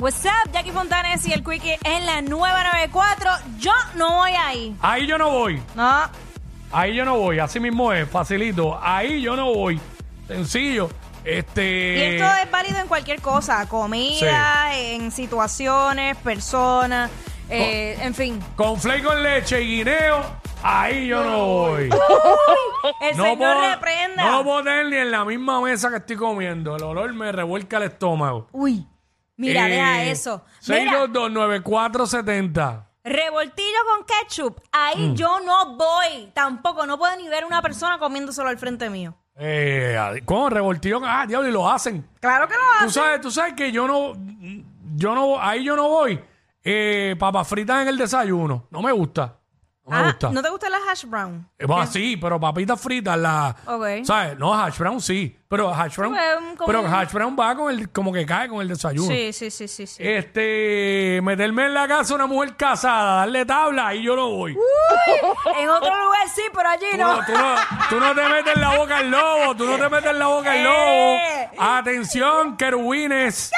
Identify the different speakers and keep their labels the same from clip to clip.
Speaker 1: What's up, Jackie Fontanes y el Quickie en la 994. Yo no voy ahí.
Speaker 2: Ahí yo no voy,
Speaker 1: No,
Speaker 2: ahí yo no voy, así mismo es, facilito. Ahí yo no voy, sencillo. Este.
Speaker 1: y esto es válido en cualquier cosa, comida, en situaciones, personas, eh,
Speaker 2: Oh.
Speaker 1: en fin.
Speaker 2: Con flake con leche y guineo, ahí yo no voy.
Speaker 1: El Señor reprenda.
Speaker 2: No lo puedo tener ni en la misma mesa que estoy comiendo. El olor me revuelca el estómago.
Speaker 1: Uy, mira,
Speaker 2: Eh,
Speaker 1: deja eso. Mira,
Speaker 2: 6229470.
Speaker 1: revoltillo con ketchup, ahí
Speaker 2: Mm.
Speaker 1: yo no voy. Tampoco, no puedo ni ver una persona comiéndoselo al frente mío.
Speaker 2: Eh, adi- ¿Cómo? Revoltillón. Ah, diablo, y lo hacen.
Speaker 1: Claro que lo
Speaker 2: Tú
Speaker 1: hace.
Speaker 2: sabes, tú sabes que yo no, yo no, ahí yo no voy. Eh, papas fritas en el desayuno. No me gusta. No me
Speaker 1: Ah,
Speaker 2: gusta.
Speaker 1: ¿No te gusta la hash brown?
Speaker 2: Eh, bueno, sí, pero papitas fritas, la.
Speaker 1: Ok.
Speaker 2: ¿Sabes? No, hash brown sí. Pero hash brown.
Speaker 1: pues, un- como
Speaker 2: pero
Speaker 1: un-
Speaker 2: hash brown va con el. Como que cae con el desayuno.
Speaker 1: Sí, sí, sí, sí.
Speaker 2: Eh,
Speaker 1: sí.
Speaker 2: Este. Meterme en la casa a una mujer casada, darle tabla y yo no voy.
Speaker 1: En otro lugar sí, pero allí
Speaker 2: oh, Tú
Speaker 1: no.
Speaker 2: no, tú no- tú no te metes en la boca al lobo, tú no te metes en la boca al
Speaker 1: Eh.
Speaker 2: lobo. Atención, querubines.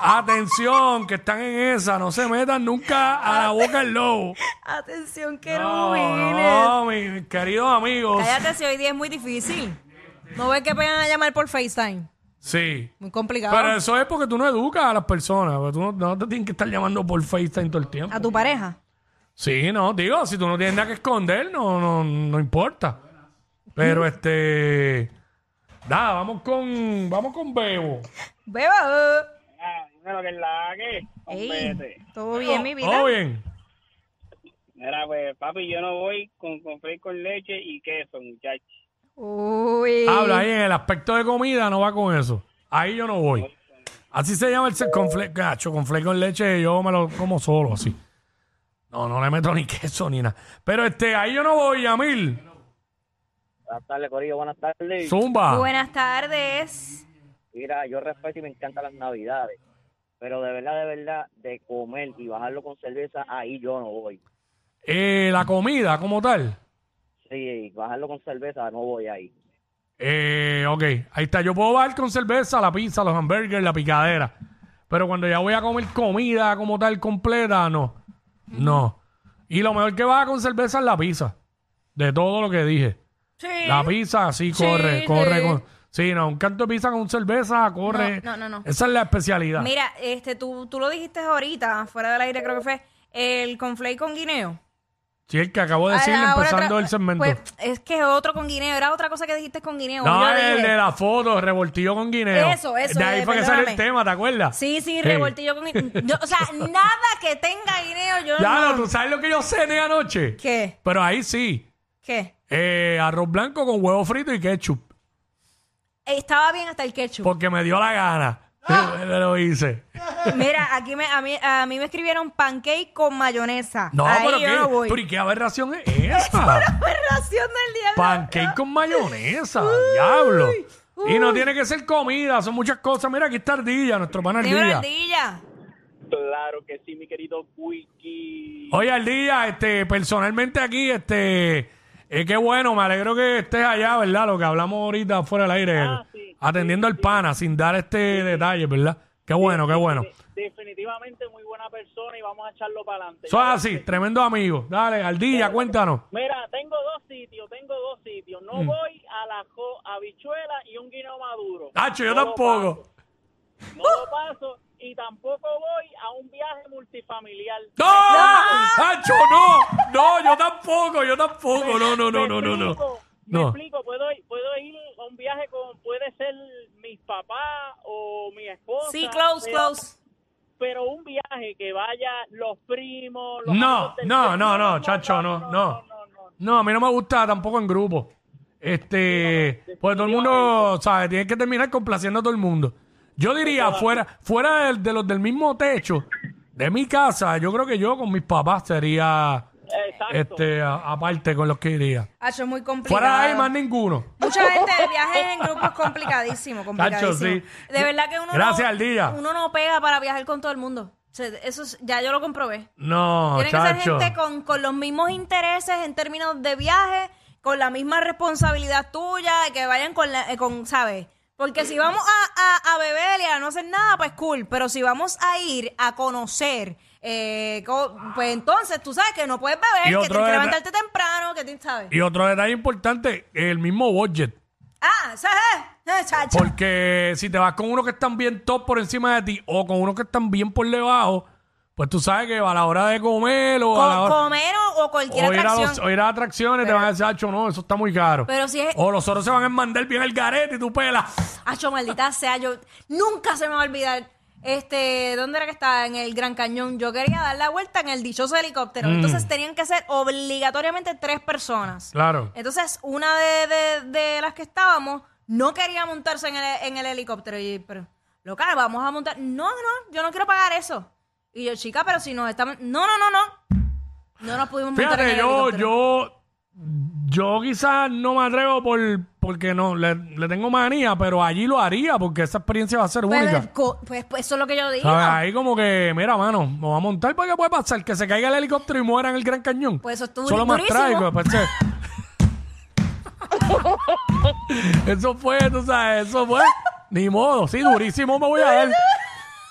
Speaker 2: Atención, que están en esa. No se metan nunca a la boca al lobo.
Speaker 1: Atención,
Speaker 2: No,
Speaker 1: querubines.
Speaker 2: no, mis queridos amigos.
Speaker 1: Cállate si hoy día es muy difícil. No ves que pegan a llamar por FaceTime.
Speaker 2: Sí.
Speaker 1: Muy complicado.
Speaker 2: Pero eso es porque tú no educas a las personas. porque Tú no, no te tienes que estar llamando por FaceTime todo el tiempo.
Speaker 1: A tu pareja.
Speaker 2: Sí, no, digo, si tú no tienes nada que esconder, no, no, no importa. Pero este. Nada, vamos con. Vamos con Bebo.
Speaker 1: Beba.
Speaker 3: Ah, dímelo que es la que.
Speaker 1: Ey,
Speaker 3: Vete.
Speaker 1: todo bien, mi vida.
Speaker 2: Todo bien.
Speaker 3: Mira, pues, papi, yo no voy con, con frijol con leche y queso, muchachos.
Speaker 1: Uy.
Speaker 2: Habla ahí en el aspecto de comida, no va con eso. Ahí yo no voy. Así se llama el se- con fle- gacho, con fle con leche, yo me lo como solo, así. No, no le meto ni queso ni nada. Pero este, ahí yo no voy, Yamil.
Speaker 4: Buenas tardes, Corillo, buenas tardes.
Speaker 2: Zumba.
Speaker 1: Buenas tardes.
Speaker 4: Mira, yo respeto y me encantan las navidades, pero de verdad, de verdad, de comer y bajarlo con cerveza, ahí yo no voy.
Speaker 2: Eh, la comida como tal.
Speaker 4: Sí, bajarlo con cerveza, no voy ahí.
Speaker 2: Eh, ok, ahí está. Yo puedo bajar con cerveza, la pizza, los hamburgers, la picadera. Pero cuando ya voy a comer comida como tal completa, no. No. Y lo mejor que va con cerveza es la pizza. De todo lo que dije.
Speaker 1: Sí.
Speaker 2: La pizza, sí,
Speaker 1: Sí,
Speaker 2: corre, corre.
Speaker 1: sí.
Speaker 2: Con, sí, no, un canto de pizza con cerveza, corre.
Speaker 1: No, no, no, no.
Speaker 2: Esa es la especialidad.
Speaker 1: Mira, este, tú, tú lo dijiste ahorita, fuera del aire creo que fue, el conflay con guineo.
Speaker 2: Sí, el que acabo de decir
Speaker 1: Ah, ahora
Speaker 2: empezando
Speaker 1: tra-
Speaker 2: el segmento.
Speaker 1: Pues, es que otro con guineo, era otra cosa que dijiste con guineo.
Speaker 2: no,
Speaker 1: Yo
Speaker 2: el
Speaker 1: dije-
Speaker 2: de la foto, revoltillo con guineo.
Speaker 1: Eso, eso,
Speaker 2: De ahí
Speaker 1: eh,
Speaker 2: fue que salió el
Speaker 1: perdóname.
Speaker 2: tema, ¿te acuerdas?
Speaker 1: Sí, sí, revoltillo con yo, O sea, nada que tenga guineo, yo
Speaker 2: Ya,
Speaker 1: no.
Speaker 2: no, ¿tú sabes lo que yo cené anoche?
Speaker 1: ¿Qué?
Speaker 2: Pero ahí sí.
Speaker 1: ¿Qué?
Speaker 2: eh, arroz blanco con huevo frito y ketchup.
Speaker 1: Estaba bien hasta el ketchup.
Speaker 2: Porque me dio la gana.
Speaker 1: Ah.
Speaker 2: Lo hice.
Speaker 1: Mira, aquí me, a, mí, a mí me escribieron pancake con mayonesa.
Speaker 2: No,
Speaker 1: Ahí
Speaker 2: pero
Speaker 1: yo
Speaker 2: ¿qué?
Speaker 1: no voy.
Speaker 2: ¿Pero y qué aberración es esa?
Speaker 1: Ración del diablo.
Speaker 2: Pancake con mayonesa, diablo. Y no tiene que ser comida, son muchas cosas. Mira, aquí está Ardilla, nuestro pan
Speaker 1: Dímelo,
Speaker 2: Ardilla.
Speaker 1: ardilla.
Speaker 3: Claro que sí, mi querido Wiki.
Speaker 2: Oye, Ardilla, este, personalmente aquí, este, es que bueno, me alegro que estés allá, ¿verdad? Lo que hablamos ahorita fuera del aire, atendiendo al pana, sin dar este detalle, ¿verdad? Qué bueno, qué bueno.
Speaker 3: Definitivamente muy buena persona y vamos a echarlo para adelante.
Speaker 2: Eso es así, tremendo amigo. Dale, Ardilla, cuéntanos.
Speaker 3: Mira, tengo dos sitios, tengo dos sitios. No voy a la jo- habichuela y un guineo maduro.
Speaker 2: Nacho, yo
Speaker 3: No lo
Speaker 2: tampoco.
Speaker 3: paso, No lo paso.
Speaker 5: y tampoco voy a un viaje multifamiliar.
Speaker 2: ¡No! ¡Hacho, no! No, yo tampoco, yo tampoco. No, no, no,
Speaker 5: Me
Speaker 2: no, no, no.
Speaker 5: explico, Me
Speaker 2: No.
Speaker 5: explico, puedo, ir- puedo ir a un viaje con, puede ser mis papás o mi esposa.
Speaker 1: Sí, close,
Speaker 5: pero-
Speaker 1: close.
Speaker 5: Pero un viaje que vaya los primos. Los
Speaker 2: No,
Speaker 5: amigos del
Speaker 2: no,
Speaker 5: vecino,
Speaker 2: no, no, chacho, no, no.
Speaker 5: no, no, no.
Speaker 2: No, a mí no me gusta tampoco en grupo. Este, pues todo el mundo, ¿sabes? Tienes que terminar complaciendo a todo el mundo. Yo diría, fuera, fuera del- de, los del mismo techo, de mi casa, yo creo que yo con mis papás sería,
Speaker 5: Exacto.
Speaker 2: este, a- aparte con los que iría.
Speaker 1: Hacho, es muy complicado.
Speaker 2: Fuera de ahí, más ninguno.
Speaker 1: Mucha gente de viajes en grupo es complicadísimo, complicadísimo.
Speaker 2: sí.
Speaker 1: De verdad que uno
Speaker 2: Gracias
Speaker 1: no,
Speaker 2: al día.
Speaker 1: uno no pega para viajar con todo el mundo. O sea, eso es- ya yo lo comprobé.
Speaker 2: No,
Speaker 1: Tiene que ser
Speaker 2: chacho.
Speaker 1: gente con, con los mismos intereses en términos de viaje, con la misma responsabilidad tuya, que vayan con, la- eh, con ¿sabes? Porque si vamos a, a- a beber y a no hacer nada, pues cool. Pero si vamos a ir a conocer, eh, co- pues entonces tú sabes que no puedes
Speaker 2: Y
Speaker 1: beber, que
Speaker 2: otro
Speaker 1: tienes que
Speaker 2: era-
Speaker 1: levantarte temprano, que tienes, ¿sabes?
Speaker 2: Y otro detalle importante, el mismo budget.
Speaker 1: Ah, ¿sabes? Chacho.
Speaker 2: Porque si te vas con uno que están bien top por encima de ti o con uno que están bien por debajo, pues tú sabes que a la hora de comer o a la
Speaker 1: Co-
Speaker 2: hora
Speaker 1: comer o, o cualquier
Speaker 2: o ir, a los-
Speaker 1: atracción.
Speaker 2: o ir a atracciones te van a decir, "Acho, no, eso está muy caro.
Speaker 1: Pero si es-
Speaker 2: O los otros se van a mandar bien el garete y tú pelas.
Speaker 1: Hacho, maldita sea, yo nunca se me va a olvidar. Este, ¿dónde era que estaba? En el Gran Cañón. Yo quería dar la vuelta en el dichoso
Speaker 2: Mm.
Speaker 1: helicóptero. Entonces tenían que ser obligatoriamente tres personas.
Speaker 2: Claro.
Speaker 1: Entonces, una de, de- de las que estábamos no quería montarse en el, en el helicóptero. Y, pero, local, vamos a montar. No, no, yo no quiero pagar eso. Y yo, chica, pero si nos estamos. No, no, no, no. No nos pudimos montar en
Speaker 2: Fíjate,
Speaker 1: el
Speaker 2: yo,
Speaker 1: helicóptero.
Speaker 2: yo, yo quizás no me atrevo por, porque no, le, le tengo manía, pero allí lo haría porque esa experiencia va a ser
Speaker 1: Pero
Speaker 2: única.
Speaker 1: el co- pues, pues eso es lo que yo digo.
Speaker 2: ¿Sabes? Ahí como que, mira, mano, nos vamos a montar porque puede pasar que se caiga el helicóptero y muera en el Gran Cañón.
Speaker 1: Pues eso estuvo
Speaker 2: Solo más pues,
Speaker 1: durísimo.
Speaker 2: trágico. después se- eso fue, tú sabes, eso fue. Ni modo, sí, durísimo me voy a dar.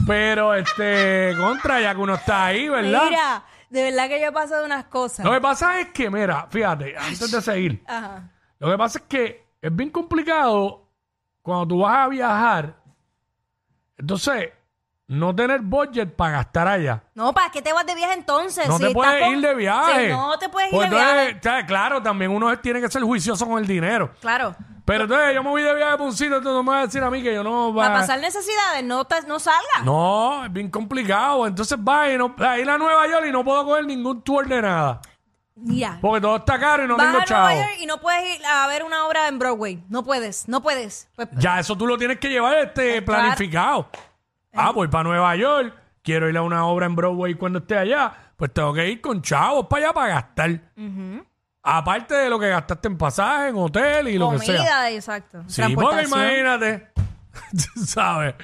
Speaker 2: Pero, este, contra, ya que uno está ahí, ¿verdad?
Speaker 1: Mira, de verdad que yo he pasado unas cosas.
Speaker 2: Lo que pasa es que, mira, fíjate, antes de seguir,
Speaker 1: Ajá.
Speaker 2: lo que pasa es que es bien complicado cuando tú vas a viajar, entonces, no tener budget para gastar allá.
Speaker 1: No, ¿para qué te vas de viaje entonces?
Speaker 2: No
Speaker 1: Si
Speaker 2: te
Speaker 1: estás
Speaker 2: puedes
Speaker 1: con-
Speaker 2: ir de viaje.
Speaker 1: Sí, no te puedes ir
Speaker 2: Pues
Speaker 1: de
Speaker 2: entonces,
Speaker 1: viaje.
Speaker 2: está- Claro, también uno es- tiene que ser juicioso con el dinero.
Speaker 1: Claro.
Speaker 2: Pero entonces yo me voy de viaje a Puncito, entonces no me vas a decir a mí que yo no va
Speaker 1: Para pasar necesidades, no, te- no salgas.
Speaker 2: No, es bien complicado. Entonces va y no, a ir a Nueva York y no puedo coger ningún tour de nada.
Speaker 1: Mira,
Speaker 2: Porque todo está caro y no
Speaker 1: vas a
Speaker 2: tengo
Speaker 1: Nueva
Speaker 2: chavo.
Speaker 1: York y no puedes ir a ver una obra en Broadway. No puedes, no puedes. Pues,
Speaker 2: Ya eso tú lo tienes que llevar este planificado. Ah, voy para Nueva York, quiero ir a una obra en Broadway cuando esté allá, pues tengo que ir con chavos para allá para gastar. Aparte de lo que gastaste en pasaje, en hotel y lo que sea.
Speaker 1: comida, exacto.
Speaker 2: Sí, porque
Speaker 1: Transportación.
Speaker 2: imagínate. Tú ¿Sabes?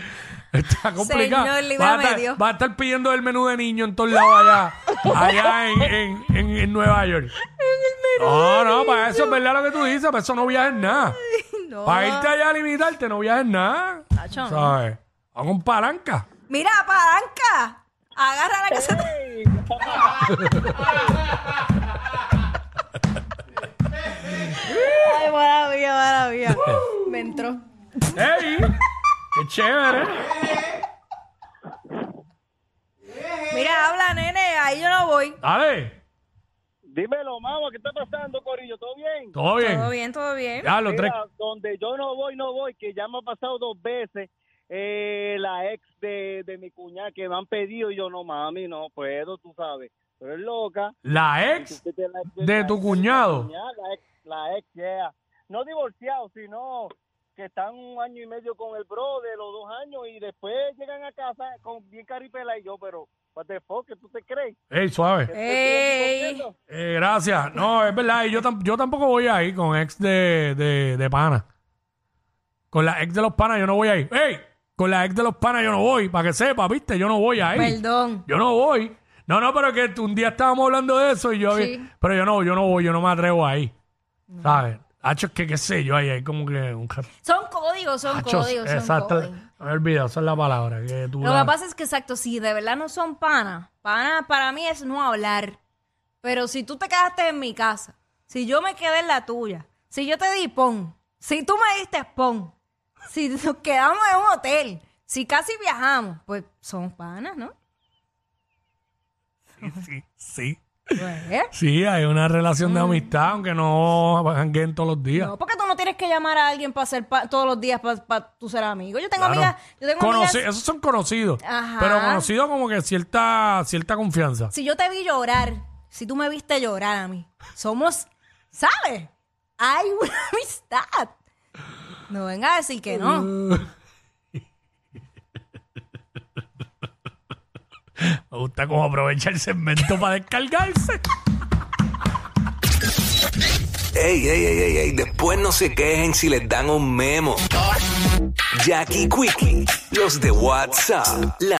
Speaker 2: Está complicado.
Speaker 1: Señor, líbrame
Speaker 2: va, a
Speaker 1: Dios.
Speaker 2: estar, va a estar pidiendo el menú de niño en todos lados allá. allá en, en, en, en Nueva York. No, no, para eso es verdad lo que tú dices, para eso no viajes nada.
Speaker 1: No.
Speaker 2: Para irte allá a limitarte, no viajes nada.
Speaker 1: Tacho, no.
Speaker 2: ¿Sabes? Hago un palanca.
Speaker 1: Mira, palanca. Agarra la caseta. Ay, maravilla, maravilla. Me entró.
Speaker 2: ¡Ey! ¡Qué chévere!
Speaker 1: Mira, habla, nene. Ahí yo no voy.
Speaker 2: Dale,
Speaker 5: Dímelo, mamá, ¿qué está pasando, Corillo? ¿Todo bien?
Speaker 2: todo bien.
Speaker 1: Todo bien, todo bien.
Speaker 2: Ya, los tres.
Speaker 5: Mira, donde yo no voy, no voy, que ya me ha pasado dos veces eh, la ex de, de mi cuñada que me han pedido y yo no, mami, no puedo, tú sabes. Pero es loca.
Speaker 2: La ex
Speaker 5: Usted es la ex
Speaker 2: de
Speaker 5: la-
Speaker 2: tu cuñado.
Speaker 5: cuñada, La ex, la ex, yeah. No divorciados, sino que están un año y medio con el bro de los dos años y después llegan a casa con bien caripela y yo, pero, what the fuck, ¿qué tú te crees?
Speaker 2: ¡Ey, suave!
Speaker 1: Ey.
Speaker 2: Eh, gracias. No, es verdad. Y yo, tam- yo tampoco voy ahí con ex de, de, de pana. Con la ex de los panas yo no voy ahí. ¡Ey! Con la ex de los panas yo no voy. Para que sepa, ¿viste? Yo no voy ahí.
Speaker 1: Perdón.
Speaker 2: Yo no voy. No, no, pero que tú- un día estábamos hablando de eso y yo...
Speaker 1: Sí.
Speaker 2: Pero yo no, yo no voy. Yo no me atrevo ahí. ¿Sabes? Hacho, es que qué sé yo. Ahí hay como que... Un... ja-
Speaker 1: Son códigos, son
Speaker 2: Hacho,
Speaker 1: códigos, son
Speaker 2: exacto.
Speaker 1: códigos.
Speaker 2: Me he olvidado. Esa es la palabra. Que tú
Speaker 1: Lo
Speaker 2: la-
Speaker 1: que pasa es que, exacto, si de verdad no son panas, panas para mí es no hablar. Pero si tú te quedaste en mi casa, si yo me quedé en la tuya, si yo te di pon, si tú me diste pon, si nos quedamos en un hotel, Si casi viajamos, pues somos panas, ¿no?
Speaker 2: Sí, sí, sí.
Speaker 1: Pues,
Speaker 2: Sí, hay una relación de
Speaker 1: Mm.
Speaker 2: amistad, aunque no jangueen todos los días.
Speaker 1: no, porque tú no tienes que llamar a alguien para ser pa- todos los días para tú ser amigo. Yo tengo
Speaker 2: Claro.
Speaker 1: amigas, yo tengo
Speaker 2: Conoci-
Speaker 1: amigas.
Speaker 2: Esos son conocidos.
Speaker 1: Ajá.
Speaker 2: Pero conocidos como que cierta, cierta confianza.
Speaker 1: Si yo te vi llorar, si tú me viste llorar a mí, somos, ¿sabes? Hay una amistad. No venga a decir que no.
Speaker 2: Me gusta como aprovecha el segmento para descargarse.
Speaker 6: Ey, ey, ey, ey, ey, después no se quejen si les dan un memo. Jackie Quickie, los de WhatsApp, la